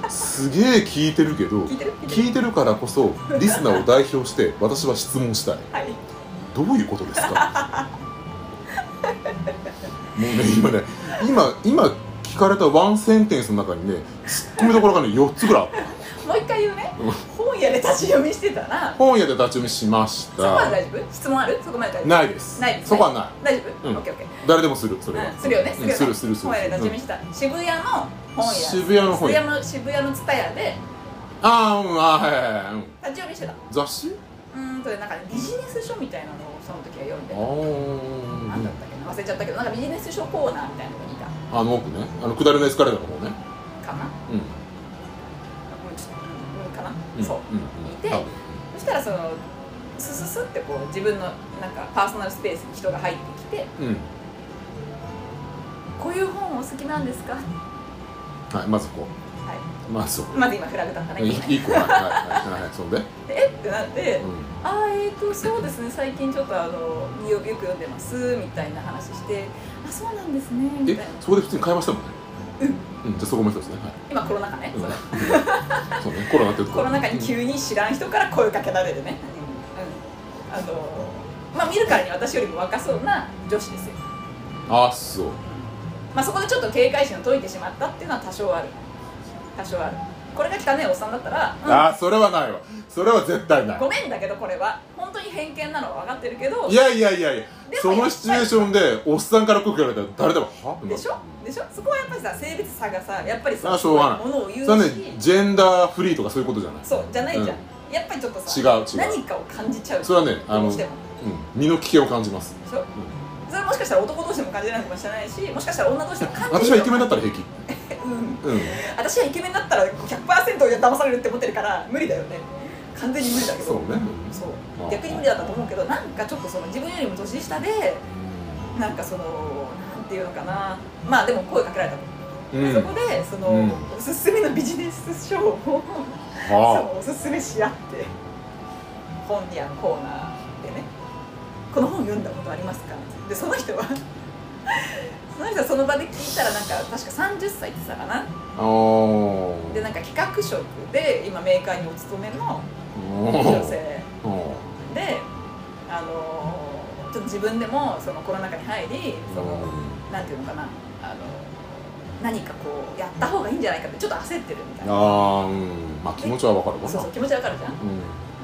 Speaker 1: すげえ聞いてるけど
Speaker 2: 聞いてる聞いてる
Speaker 1: 聞いてるからこそリスナーを代表して私は質問したい
Speaker 2: はい
Speaker 1: どういうことですか もうね今ね今今聞かれたワンセンテンスの中にねツッコミどころがね4つぐらいあった
Speaker 2: もう一回言うね
Speaker 1: うん
Speaker 2: 本屋で立ち読みしてたら
Speaker 1: 本屋で立ち読みしまし
Speaker 2: そこまで
Speaker 1: た
Speaker 2: 大丈夫質問あるそこまで大丈夫
Speaker 1: ないです
Speaker 2: ないです
Speaker 1: そこはない
Speaker 2: 大丈夫、
Speaker 1: うん
Speaker 2: オッケーオッケ
Speaker 1: 誰でもするそれ
Speaker 2: ー、
Speaker 1: は、
Speaker 2: うん、するよねするよね
Speaker 1: するするする
Speaker 2: 本屋で立ち読みした、渋谷の本屋
Speaker 1: 渋谷の本屋
Speaker 2: 渋谷の渋谷の蔦屋で
Speaker 1: ああうんあーはいはいはい、うん、
Speaker 2: 立ち読みしてた
Speaker 1: 雑誌
Speaker 2: うーんとなんかねビジネス書みたいなのをその時は読んで
Speaker 1: あ
Speaker 2: たなんだっ
Speaker 1: ー
Speaker 2: たっけな忘れちゃったけどなんかビジネス書コーナーみたいなとこにいた
Speaker 1: あの奥ねあの下りのエスカレーターの方ね
Speaker 2: かな
Speaker 1: うん
Speaker 2: もうちょっとうんかな、
Speaker 1: うん
Speaker 2: そう
Speaker 1: うん
Speaker 2: いて
Speaker 1: 多分
Speaker 2: そしたらそのスススってこう自分のなんかパーソナルスペースに人が入ってきて
Speaker 1: うん
Speaker 2: こういう本お好きなんですかは
Speaker 1: はいまずこ
Speaker 2: いう
Speaker 1: まずこ
Speaker 2: まず今フラグ立ったね今ね
Speaker 1: いい子はいはいはいはいそんで、
Speaker 2: でえってなって
Speaker 1: う
Speaker 2: あーえー、とそうですね最近ちょっとあのよくよく読んでますみたいな話してあそうなんですね
Speaker 1: ん、
Speaker 2: み
Speaker 1: え
Speaker 2: たいな
Speaker 1: そこで普通に会話したもんねうん、じゃあそこも一つねはい
Speaker 2: 今コロナ禍ね、
Speaker 1: うん
Speaker 2: それ
Speaker 1: そうねコロナってとこ
Speaker 2: コロナ禍に急に知らん人から声をかけられてね、うんあのまあ見るからに私よりも若そうな女子ですよ
Speaker 1: あそう
Speaker 2: まあそこでちょっと警戒心を解いてしまったっていうのは多少ある多少あるこれが汚いおっさんだったら、うん
Speaker 1: あそれはないわそれは絶対ない
Speaker 2: ごめんだけどこれは本当に偏見なのは分かってるけど
Speaker 1: いやいやいやいや
Speaker 2: でも
Speaker 1: そのシチュエーションでおっさんから声かけられたら誰でもはってなる
Speaker 2: でしょでしょそこはやっぱりさ性別差がさやっぱりさ
Speaker 1: あしょうがない
Speaker 2: ものを言う
Speaker 1: それはね
Speaker 2: し
Speaker 1: ジェンダーフリーとかそういうことじゃない
Speaker 2: そうじゃないじゃん、
Speaker 1: うん
Speaker 2: やっぱりちょっとさ
Speaker 1: 違う違う
Speaker 2: 何かを感じちゃう
Speaker 1: それはねあ
Speaker 2: ど
Speaker 1: の、
Speaker 2: う
Speaker 1: う
Speaker 2: し
Speaker 1: ん
Speaker 2: ても、
Speaker 1: 身の危険を感じます
Speaker 2: でしょそれもしかしたら男同士でも感じないのかもしれないしもしかしたら女同士でも感じる
Speaker 1: 私はイケメンだったら平気
Speaker 2: うん
Speaker 1: うん
Speaker 2: 私はイケメンだったら100%騙されるって思ってるから無理だよね完全に無理だけど
Speaker 1: そうね
Speaker 2: そう
Speaker 1: まあ
Speaker 2: 逆に無理だったと思うけどなんかちょっとその自分よりも年下でなんかそのなんていうのかなまあでも声かけられたの、
Speaker 1: う
Speaker 2: で
Speaker 1: ん
Speaker 2: そこでその、
Speaker 1: うん
Speaker 2: おすすめのビジネス書を
Speaker 1: は
Speaker 2: そうおすすめし合って本屋のコーナーでね「この本読んだことありますか?」でその人は その人はその場で聞いたらなんか確か30歳って言ってたかな
Speaker 1: ああー
Speaker 2: でなんか企画職で今メーカーにお勤めの
Speaker 1: お
Speaker 2: 女
Speaker 1: ー
Speaker 2: 性
Speaker 1: お
Speaker 2: であのーちょっと自分でもそのコロナ禍に入りその
Speaker 1: ー
Speaker 2: なんていうのかなあのー何かこうやった方がいいんじゃないかってちょっと焦ってるみたいな
Speaker 1: あーうんまあ気持ちはわかるわ
Speaker 2: そう
Speaker 1: な
Speaker 2: そう気持ちわかるじゃん
Speaker 1: うん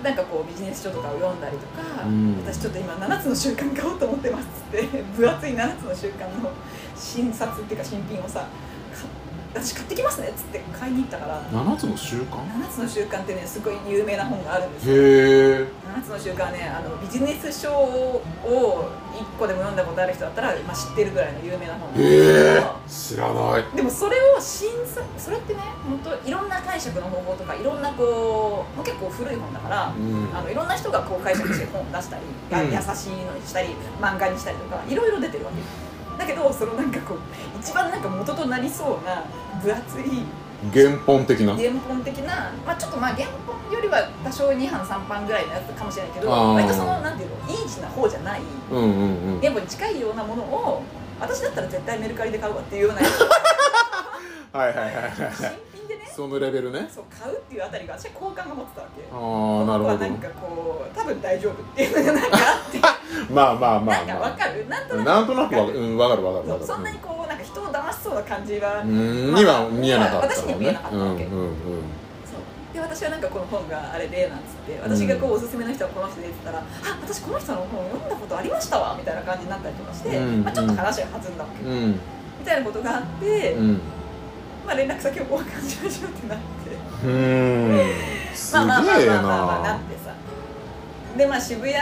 Speaker 2: なんかこうビジネス書とかを読んだりとか、
Speaker 1: うん
Speaker 2: 私ちょっと今7つの習慣買おうと思ってますっつって 分厚い7つの習慣の新冊っていうか新品をさか私買ってきますねっつって買いに行ったから
Speaker 1: 7つの習慣
Speaker 2: 7つの習慣ってねすごい有名な本があるんですよ
Speaker 1: へえ
Speaker 2: 7つの習慣はねあのビジネス書を1個でも読んだことある人だったら、まあ、知ってるぐらいの有名な本なんです
Speaker 1: へ
Speaker 2: け
Speaker 1: え
Speaker 2: ど
Speaker 1: 知らない
Speaker 2: でもそれを新作それってね本当いろんな解釈の方法とかいろんなこうもう結構古い本だから、
Speaker 1: うん
Speaker 2: あのいろんな人がこう解釈して本を出したり、
Speaker 1: うん
Speaker 2: 優しいのにしたり漫画にしたりとかいろいろ出てるわけだけどそのなんかこう一番なんか元となりそうな分厚い
Speaker 1: 原本的な
Speaker 2: 原本的な、まあ、ちょっとまあ原本よりは多少2班3班ぐらいのやつかもしれないけど
Speaker 1: あー
Speaker 2: 割とそのなんていうのイージーな方じゃない
Speaker 1: うんうんうん
Speaker 2: 原本に近いようなものを私だったら絶対メルカリで買うわっ ていうような
Speaker 1: はいはいはいはい
Speaker 2: 新品でね
Speaker 1: そのレベルね
Speaker 2: そう買うっていうあたりが私は好感が持ってたわけ
Speaker 1: ああなるほ
Speaker 2: 僕は
Speaker 1: ど
Speaker 2: なんかこう多分大丈夫っていうのがなんかあって
Speaker 1: まあまあま
Speaker 2: な
Speaker 1: あ
Speaker 2: んかわ
Speaker 1: ま
Speaker 2: かるなんと
Speaker 1: あ
Speaker 2: なく
Speaker 1: なんとなくわか
Speaker 2: わか
Speaker 1: る
Speaker 2: る
Speaker 1: うんわかるわかる
Speaker 2: そ
Speaker 1: わ
Speaker 2: う
Speaker 1: かる
Speaker 2: そんなにこうなんか人を騙しそうな感じは、
Speaker 1: うーんには見えなかった
Speaker 2: 私に
Speaker 1: も
Speaker 2: は
Speaker 1: ん
Speaker 2: 見え
Speaker 1: ね
Speaker 2: なかっ
Speaker 1: う
Speaker 2: たわ
Speaker 1: ん
Speaker 2: け、
Speaker 1: うんうん
Speaker 2: そうで私はなんかこの本があれでなんつって私がこうおすすめの人はこの人でって言ったら「あ私この人の本読んだことありましたわ」みたいな感じになったりとかして、
Speaker 1: うん
Speaker 2: まあ、ちょっと話が弾んだわけ、
Speaker 1: うん
Speaker 2: みたいなことがあって、
Speaker 1: うん
Speaker 2: まあ、連絡先を交換しましょうってなって
Speaker 1: うーんすげ
Speaker 2: まあまあまあ
Speaker 1: え
Speaker 2: まあまあまあなっ
Speaker 1: な
Speaker 2: てさでまあ渋谷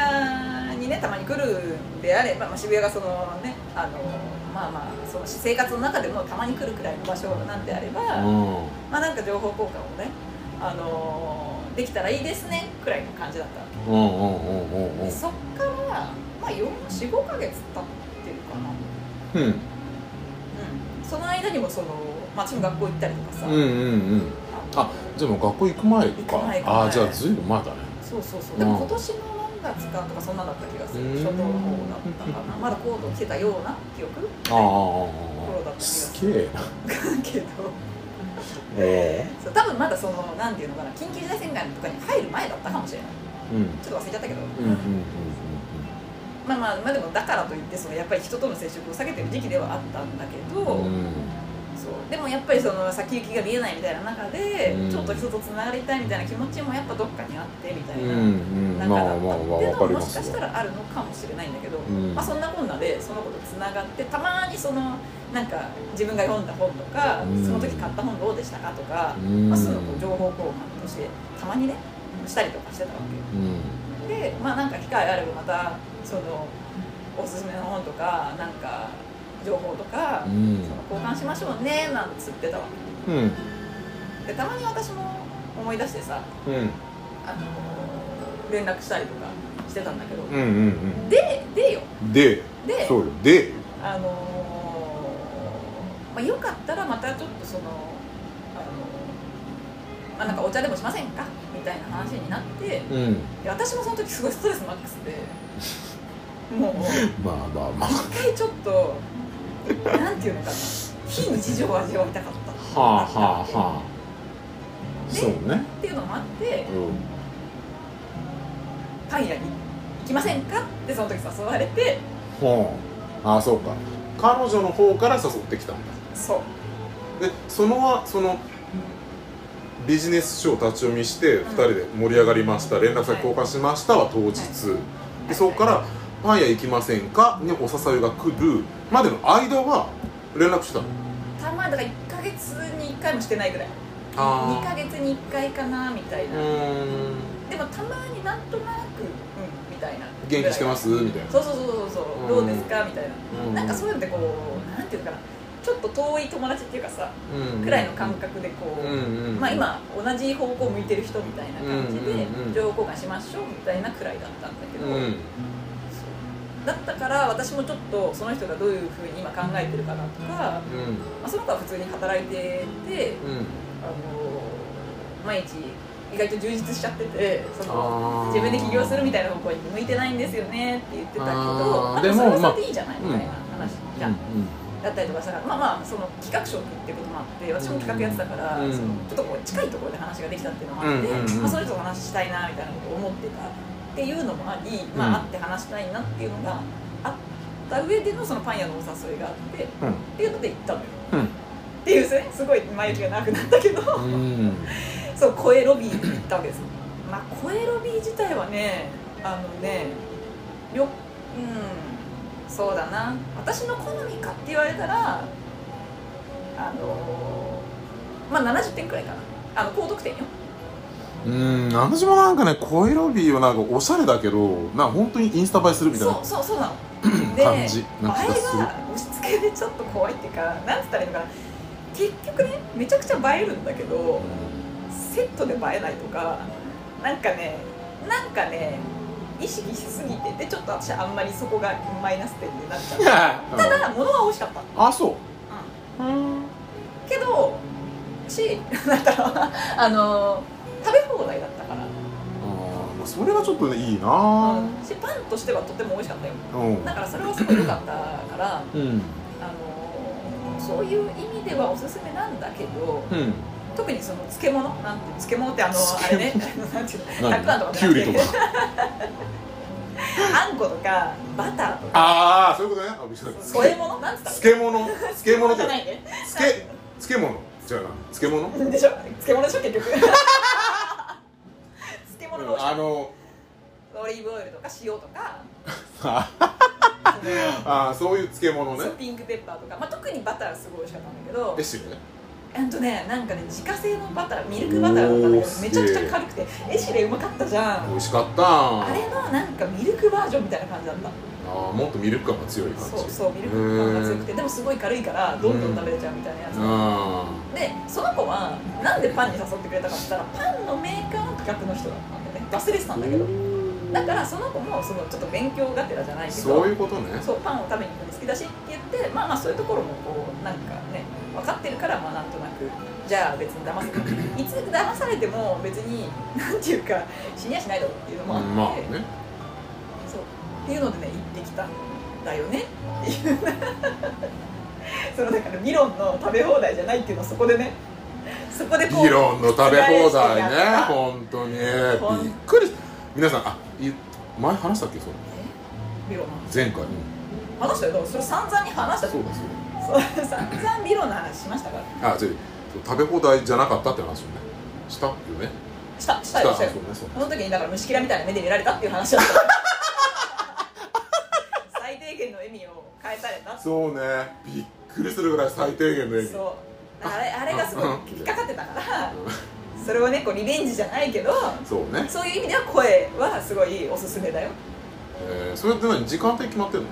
Speaker 2: にねたまに来るんであれば、まあ、渋谷がそのねあのまあまあその生活の中でもたまに来るくらいの場所なんであれば、
Speaker 1: うん
Speaker 2: まあなんか情報交換をね、あのーできたらいいですねくらいの感じだったわけ
Speaker 1: うんうんうんうんうん
Speaker 2: でそっから、まあ、45か月経ってるかな、
Speaker 1: うん
Speaker 2: うん、その間にもその街の学校行ったりとかさ、
Speaker 1: うんうんうんあじゃあもう学校行く前か
Speaker 2: 行く前行く前
Speaker 1: ああじゃあずいぶん前だね
Speaker 2: そうそうそうでも今年の何月かとかそんなだった気がする
Speaker 1: うん
Speaker 2: 初頭の方だったかなまだコート着てたような記憶
Speaker 1: ああああ
Speaker 2: そうだ
Speaker 1: ああ
Speaker 2: った
Speaker 1: すげえな
Speaker 2: けど
Speaker 1: お
Speaker 2: そう多分まだそのなんていうのかな緊急事態宣言とかに入る前だったかもしれない
Speaker 1: ーうん
Speaker 2: ちょっと忘れちゃったけど、
Speaker 1: うんうんうんうん
Speaker 2: まあまあまあでもだからといってそのやっぱり人との接触を避けてる時期ではあったんだけど、
Speaker 1: うん
Speaker 2: そうでもやっぱりその先行きが見えないみたいな中で、
Speaker 1: うん
Speaker 2: ちょっと人とつながりたいみたいな気持ちもやっぱどっかにあってみたいな、
Speaker 1: うんう
Speaker 2: なんん
Speaker 1: ま
Speaker 2: か
Speaker 1: あ
Speaker 2: だった
Speaker 1: まあまあ
Speaker 2: ってい
Speaker 1: わ
Speaker 2: うの
Speaker 1: か
Speaker 2: も
Speaker 1: り
Speaker 2: も
Speaker 1: ま
Speaker 2: し
Speaker 1: す
Speaker 2: かした
Speaker 1: よ
Speaker 2: らあるのかもしれないんだけど、
Speaker 1: うん
Speaker 2: まあ、そんなこんなでそのことつながってたまにそのなんか自分が読んだ本とか、
Speaker 1: うん
Speaker 2: その時買った本どうでしたかとか、
Speaker 1: うん
Speaker 2: まあ、そういうのこう情報交換としてたまにねしたりとかしてたわ
Speaker 1: うん
Speaker 2: けでまあなんか機会あればまたそのおすすめの本とかなんか情報とか、
Speaker 1: うん
Speaker 2: その交換しましょうねなんつってたわ
Speaker 1: うん
Speaker 2: けでたまに私も思い出してさ
Speaker 1: うん
Speaker 2: あの連絡したりとかしてたんだけど、
Speaker 1: うんうん
Speaker 2: ででよ
Speaker 1: うんで
Speaker 2: で
Speaker 1: そうよで
Speaker 2: あのーまあ、よかったらまたちょっとその、あのーまあ、なんかお茶でもしませんかみたいな話になってで
Speaker 1: うん
Speaker 2: 私もその時すごいストレスマックス でもう
Speaker 1: まあまあまあ
Speaker 2: 一回ちょっとなんていうのかな非日常を味わいたかった
Speaker 1: はあはあはあ
Speaker 2: で
Speaker 1: そうね
Speaker 2: っていうのもあって
Speaker 1: う
Speaker 2: パン屋に行きませんかってその時誘われて
Speaker 1: んはああそうか彼女の方から誘ってきたんだ
Speaker 2: そう
Speaker 1: でそのはそのビジネス書を立ち読みして
Speaker 2: うん
Speaker 1: 2人で盛り上がりました、連絡先交換しましたは当日、でそこから「パン屋行きませんか?」にお誘いが来るまでの間は連絡してたの
Speaker 2: たまにだから1ヶ月に1回もしてないぐらい2ヶ
Speaker 1: あ
Speaker 2: 月に1回かなみた
Speaker 1: ー
Speaker 2: い
Speaker 1: う
Speaker 2: な、
Speaker 1: ーん
Speaker 2: でもたまになんとなく、うん、みたいな
Speaker 1: 元気してますみたいな
Speaker 2: そうそうそうそうそうどうですかみたいな、
Speaker 1: うん
Speaker 2: なんかそういうのってこうなんていうのかなちょっと遠い友達っていうかさ
Speaker 1: うん
Speaker 2: くらいの感覚でこ
Speaker 1: う
Speaker 2: う、
Speaker 1: んうん
Speaker 2: まあ今同じ方向向いてる人みたいな感じ
Speaker 1: うん
Speaker 2: で
Speaker 1: うんうん
Speaker 2: 情報交換しましょうみたいなくらいだったんだけ
Speaker 1: う
Speaker 2: ど、
Speaker 1: ん
Speaker 2: そうだったから私もちょっとその人がどういうふうに今考えてるかなとか、ま
Speaker 1: うん
Speaker 2: あ、その子は普通に働いてて
Speaker 1: うん
Speaker 2: あの毎日意外と充実しちゃっててそ
Speaker 1: あ
Speaker 2: の
Speaker 1: ー
Speaker 2: 自分で起業するみたいな方向に向いてないんですよねって言ってたけど
Speaker 1: あー
Speaker 2: まあ
Speaker 1: でも
Speaker 2: それはそ
Speaker 1: まあ
Speaker 2: れでいいじゃないみたいな話じゃん、だったりとかさまあまあその企画職ってこともあって私も企画やってたから、
Speaker 1: うん
Speaker 2: そのちょっとこう近いところで話ができたっていうのもあって、
Speaker 1: うんうんうん
Speaker 2: まあ、それとお話ししたいなみたいなことを思ってたっていうのもあり、
Speaker 1: うん
Speaker 2: まあ、会って話したいなっていうのがあった上でのそのパン屋のお誘いがあってっ
Speaker 1: うん
Speaker 2: ていうので行ったのよ。
Speaker 1: うん
Speaker 2: っていうですねすごい前行きがなくなったけど
Speaker 1: うん
Speaker 2: そう声ロビーに行ったわけですまあ声ロビー自体はねあのねようんそうだな私の好みかって言われたらあのまあ70点くらいかなあの高得点よ
Speaker 1: うん私もなんかね声ロビーはなんかおしゃれだけどなんか本当にインスタ映えするみたいな
Speaker 2: そうそうそうな ので
Speaker 1: 感じな
Speaker 2: 映
Speaker 1: 気がする
Speaker 2: えが押し付けでちょっと怖いっていうかなんつったらいいのかな結局ねめちゃくちゃ映えるんだけどセットで映えないとかなんかねなんかね意識しすぎてでちょっと私あんまりそこがマイナス点になっちゃ うただ物は美味しかった
Speaker 1: あそううん
Speaker 2: けどしなんだろう あの食べ放題だったから、
Speaker 1: あーまあそれはちょっとねいいな
Speaker 2: うんしパンとしてはとても美味しかったよ
Speaker 1: うん
Speaker 2: だからそれはすごい良かったから
Speaker 1: うん
Speaker 2: あのそういう意味ではおすすめなんだけど
Speaker 1: うん
Speaker 2: 特にその漬物なんて漬物ってあのあれね なんていうのたくあんと
Speaker 1: 何
Speaker 2: か
Speaker 1: きゅうりとか
Speaker 2: あんことかバターとか
Speaker 1: ああそういうことねあびっくりし た
Speaker 2: 添え物なんつったの
Speaker 1: 漬物漬物
Speaker 2: じ
Speaker 1: と
Speaker 2: ゃ
Speaker 1: か
Speaker 2: ないね
Speaker 1: 漬漬物じゃあな漬物
Speaker 2: でしょ漬物でしょ結局漬物の美味し
Speaker 1: あの
Speaker 2: いオリーブオイルとか塩とか
Speaker 1: ああーそういう漬物
Speaker 2: そ
Speaker 1: ね
Speaker 2: うピンクペッパーとか、まあ、特にバターすごい美味しかったんだけど
Speaker 1: エシレ
Speaker 2: えっとねなんかね自家製のバターミルクバターだったんだ
Speaker 1: おー
Speaker 2: けど
Speaker 1: す
Speaker 2: め
Speaker 1: げ
Speaker 2: ち
Speaker 1: え
Speaker 2: ゃくちゃ軽くてエシレうまかったじゃ
Speaker 1: 美
Speaker 2: ん
Speaker 1: 味しかった
Speaker 2: あれ
Speaker 1: あ
Speaker 2: のなんかミルクバージョンみたいな感じだった
Speaker 1: ーもっとミルク感が強い感じ
Speaker 2: そうそうミルク感が強くてでもすごい軽いからどんどん食べれちゃうみたいなやつ
Speaker 1: あ
Speaker 2: でその子はなんでパンに誘ってくれたかって言ったらパンのメーカーの企画の人だったんだよね忘れてたんだけどだからその子もそのちょっと勉強がてらじゃないけど
Speaker 1: そういうことね
Speaker 2: そうパンを食べに行くの好きだしって言ってまあまあそういうところもこうなんかね分かってるからまあなんとなくじゃあ別に騙せいつ騙されても別になんていうか死にやしないだろうっていうのもあって、
Speaker 1: まあね
Speaker 2: そうっていうのでね行ってきたんだよねっていう そのだからミロンの食べ放題じゃないっていうのはそこでねそこでこう
Speaker 1: 議論の食べ放題
Speaker 2: 覆してや
Speaker 1: ね
Speaker 2: った
Speaker 1: 本当にび
Speaker 2: ほん
Speaker 1: っくりした皆さんあい前話したっけそれ
Speaker 2: ミロン
Speaker 1: 前回
Speaker 2: 話したよだからそれ散々に話した
Speaker 1: そ
Speaker 2: そう
Speaker 1: だそう
Speaker 2: う散々ミロンの話しましたから
Speaker 1: だあじゃあそう食べ放題じゃなかったって話をねしたよね
Speaker 2: したし
Speaker 1: したた
Speaker 2: よ
Speaker 1: あ
Speaker 2: し
Speaker 1: そ
Speaker 2: た
Speaker 1: う
Speaker 2: よ
Speaker 1: ねそう
Speaker 2: その時にだから虫キラみたいな目で見られたっていう 話だった最低限の笑みを返されたそう
Speaker 1: そうねびっくりするぐらい最低限の演技
Speaker 2: あれあれがすごい
Speaker 1: うん
Speaker 2: 引っかかってたからそれをねこうリベンジじゃないけど
Speaker 1: そうね
Speaker 2: そういう意味では声はすごいおすすめだよ
Speaker 1: えーそれって何時間帯決まってるの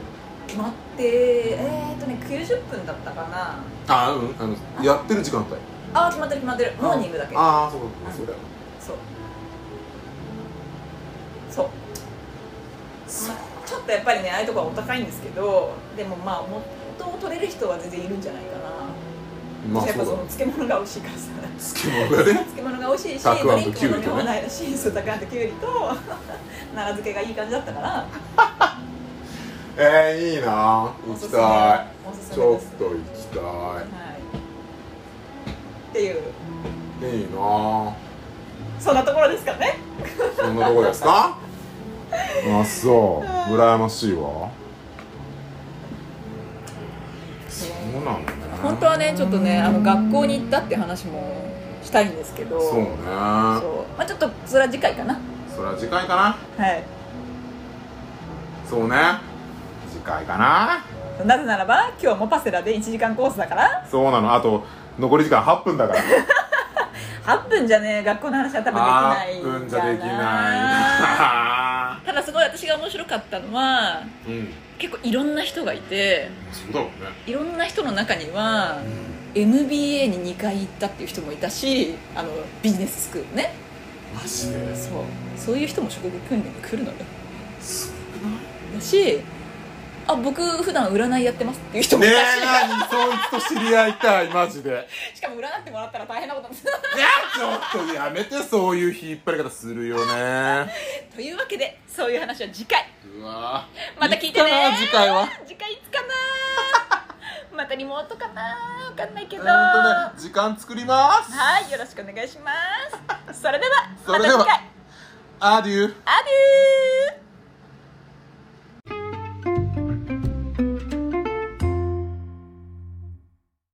Speaker 2: 決まってえー、っとね90分だったかな
Speaker 1: あうんあのやってる時間帯
Speaker 2: ああ決まってる決まってるモーニングだけ
Speaker 1: ああそうだそうだよ
Speaker 2: そうそう、まあ、ちょっとやっぱりねああいうとこはお高いんですけどでもまあ元を取れる人は全然いるんじゃないかな、
Speaker 1: まあ
Speaker 2: や
Speaker 1: そ
Speaker 2: っ
Speaker 1: う
Speaker 2: ぱ
Speaker 1: だ
Speaker 2: その
Speaker 1: ね
Speaker 2: 漬物が美味しいからさ
Speaker 1: 漬 物がね
Speaker 2: 漬物が美味しいし、
Speaker 1: たく
Speaker 2: ド
Speaker 1: あん
Speaker 2: リ
Speaker 1: と
Speaker 2: ンクも
Speaker 1: きゅ
Speaker 2: 飲み
Speaker 1: うりとね
Speaker 2: 放題だし、そうたくあんときゅうりと奈良漬けがいい感じだったから
Speaker 1: えーいいな
Speaker 2: お
Speaker 1: 行
Speaker 2: す
Speaker 1: き
Speaker 2: すめは
Speaker 1: た
Speaker 2: おす
Speaker 1: い
Speaker 2: す
Speaker 1: ち
Speaker 2: め
Speaker 1: ょ
Speaker 2: で
Speaker 1: っ
Speaker 2: す
Speaker 1: と行きた
Speaker 2: はいっていう
Speaker 1: いいいな
Speaker 2: そんなところですかね
Speaker 1: そんなとこです かあそう羨ましいわそうなのね
Speaker 2: 本当はねちょっとねあの学校に行ったって話もしたいんですけど
Speaker 1: そうね
Speaker 2: そうまあちょっとそれは次回かな
Speaker 1: それは次回かな
Speaker 2: はい
Speaker 1: そうね次回かな
Speaker 2: なぜならば今日もパセラで1時間コースだから
Speaker 1: そうなのあと残り時間8分だから
Speaker 2: 8分じゃね学校の話は多分できない
Speaker 1: うんじゃできな
Speaker 2: ただすごい私が面白かったのは い
Speaker 1: うん
Speaker 2: 結構いろんな人がいて
Speaker 1: そうだろうね
Speaker 2: いろんな人の中には MBA に2回行ったっていう人もいたしあのビジネススクールね
Speaker 1: マジで
Speaker 2: そうそういう人も職業訓練に来るのよ
Speaker 1: す
Speaker 2: だしあ僕普段占いやってますっていう人も
Speaker 1: ね
Speaker 2: い
Speaker 1: え
Speaker 2: たし、
Speaker 1: 何そいつと知り合いたいマジで
Speaker 2: しかも占ってもらったら大変なことになる
Speaker 1: いやちょっとやめてそういう引っ張り方するよね
Speaker 2: というわけでそういう話は次回
Speaker 1: うわ
Speaker 2: また聞いてね
Speaker 1: かな次回は
Speaker 2: 次回いつかな またリモートかなわかんないけ
Speaker 1: え
Speaker 2: ど
Speaker 1: ーっとね時間作ります
Speaker 2: はいよろしくお願いしますそれでは
Speaker 1: それでは
Speaker 2: また次回
Speaker 1: アデュー
Speaker 2: アデュー